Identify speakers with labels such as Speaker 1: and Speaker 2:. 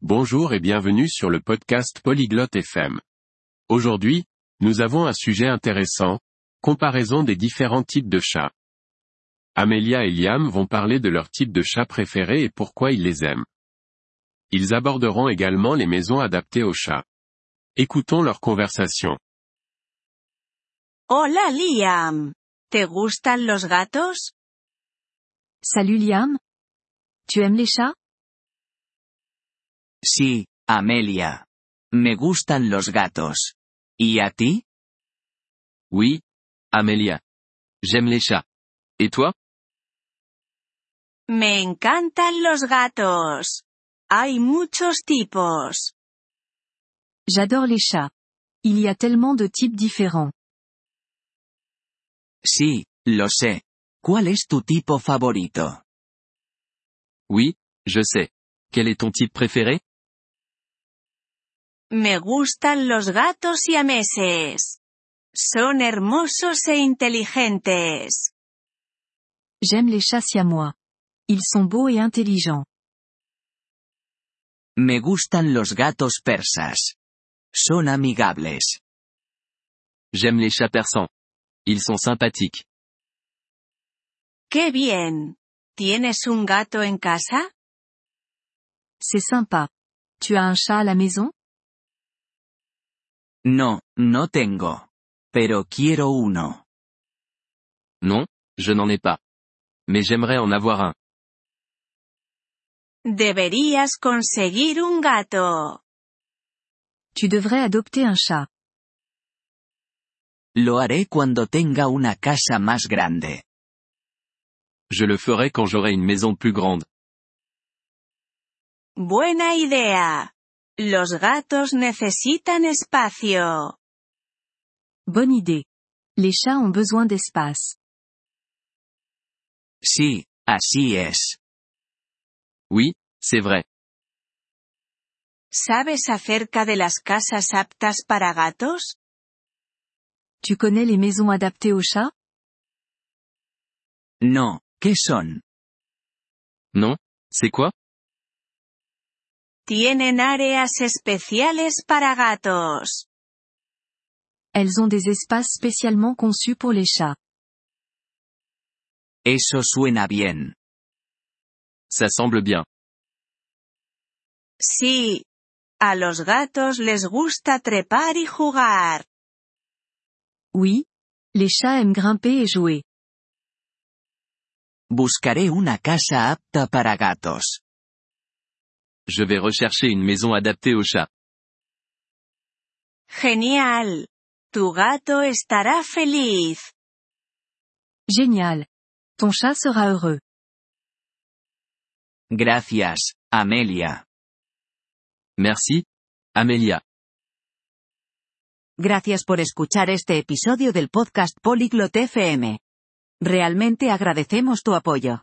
Speaker 1: Bonjour et bienvenue sur le podcast Polyglotte FM. Aujourd'hui, nous avons un sujet intéressant, comparaison des différents types de chats. Amelia et Liam vont parler de leur type de chat préféré et pourquoi ils les aiment. Ils aborderont également les maisons adaptées aux chats. Écoutons leur conversation.
Speaker 2: Hola Liam. ¿Te gustan los gatos?
Speaker 3: Salut Liam. Tu aimes les chats
Speaker 4: Sí, Amelia. Me gustan los gatos. ¿Y a ti?
Speaker 5: Oui, Amelia. J'aime les chats. Et toi
Speaker 2: Me encantan los gatos. Hay muchos tipos.
Speaker 3: J'adore les chats. Il y a tellement de types différents.
Speaker 4: Sí, lo sé. ¿Cuál es tu tipo favorito?
Speaker 5: Oui, je sais. Quel est ton type préféré
Speaker 2: Me gustan los gatos y siameses. Son hermosos e inteligentes.
Speaker 3: J'aime les chats siamois. Ils sont beaux et intelligents.
Speaker 4: Me gustan los gatos persas. Son amigables.
Speaker 5: J'aime les chats persans. Ils sont sympathiques.
Speaker 2: ¡Qué bien! ¿Tienes un gato en casa?
Speaker 3: C'est sympa. Tu as un chat à la maison
Speaker 4: No, no tengo. Pero quiero uno.
Speaker 5: Non, je n'en ai pas. Mais j'aimerais en avoir un.
Speaker 2: Deberías conseguir un gato.
Speaker 3: Tu devrais adopter un chat.
Speaker 4: Lo haré cuando tenga una casa más grande.
Speaker 5: Je le ferai quand j'aurai une maison plus grande.
Speaker 2: Buena idea. Los gatos necesitan espacio.
Speaker 3: Bonne idée. Les chats ont besoin d'espace.
Speaker 4: Sí, así es.
Speaker 5: Oui, c'est vrai.
Speaker 2: ¿Sabes acerca de las casas aptas para gatos?
Speaker 3: Tu connais les maisons adaptées aux chats
Speaker 4: No, ¿qué son?
Speaker 5: Non C'est quoi
Speaker 2: Tienen áreas especiales para gatos.
Speaker 3: Elles ont des espaces spécialement conçus pour les chats.
Speaker 4: Eso suena bien.
Speaker 5: Ça semble bien.
Speaker 2: Sí. A los gatos les gusta trepar y jugar.
Speaker 3: Oui. Les chats aiment grimper et jouer.
Speaker 4: Buscaré una casa apta para gatos.
Speaker 5: Je vais rechercher une maison adaptée aux chats.
Speaker 2: Genial. Tu gato estará feliz.
Speaker 3: Génial. Ton chat sera heureux.
Speaker 4: Gracias, Amelia.
Speaker 5: Merci. Amelia.
Speaker 6: Gracias por escuchar este episodio del podcast Polyglot FM. Realmente agradecemos tu apoyo.